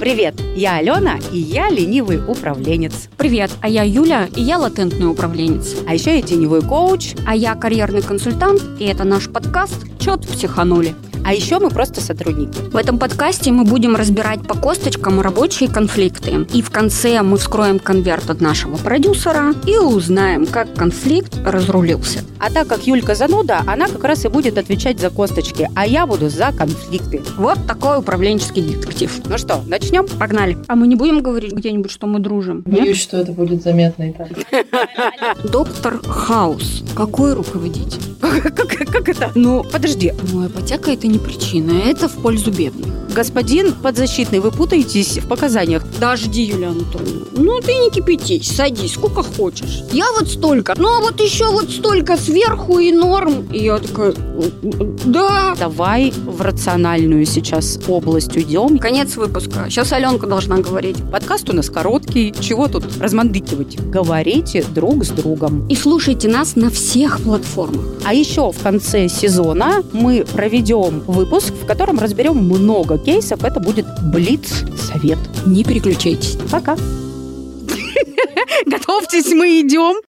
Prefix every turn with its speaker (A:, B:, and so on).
A: Привет, я Алена, и я ленивый управленец.
B: Привет, а я Юля, и я латентный управленец.
A: А еще я теневой коуч.
B: А я карьерный консультант, и это наш подкаст «Чет психанули».
A: А еще мы просто сотрудники.
B: В этом подкасте мы будем разбирать по косточкам рабочие конфликты. И в конце мы вскроем конверт от нашего продюсера и узнаем, как конфликт разрулился.
A: А так как Юлька зануда, она как раз и будет отвечать за косточки, а я буду за конфликты.
B: Вот такой управленческий детектив.
A: Ну что, начнем?
B: Погнали. А мы не будем говорить где-нибудь, что мы дружим?
C: Боюсь, что это будет заметно и так.
B: Доктор Хаус. Какой руководитель?
A: Как, как- как это?
B: Ну,
A: Подожди.
B: ну, ипотека это не причина, это в пользу бедных.
A: Господин подзащитный, вы путаетесь в показаниях.
B: Дожди, Юлия Анатольевна. Ну, ты не кипятись, садись, сколько хочешь. Я вот столько, ну, а вот еще вот столько сверху и норм. И я такая, да.
A: Давай в рациональную сейчас область уйдем.
B: Конец выпуска. Сейчас Аленка должна говорить.
A: Подкаст у нас короткий. Чего тут размандыкивать? Говорите друг с другом.
B: И слушайте нас на всех платформах.
A: А еще в конце сезона мы проведем выпуск, в котором разберем много кейсов. Это будет Блиц-совет.
B: Не переключайтесь.
A: Пока. Готовьтесь, мы идем.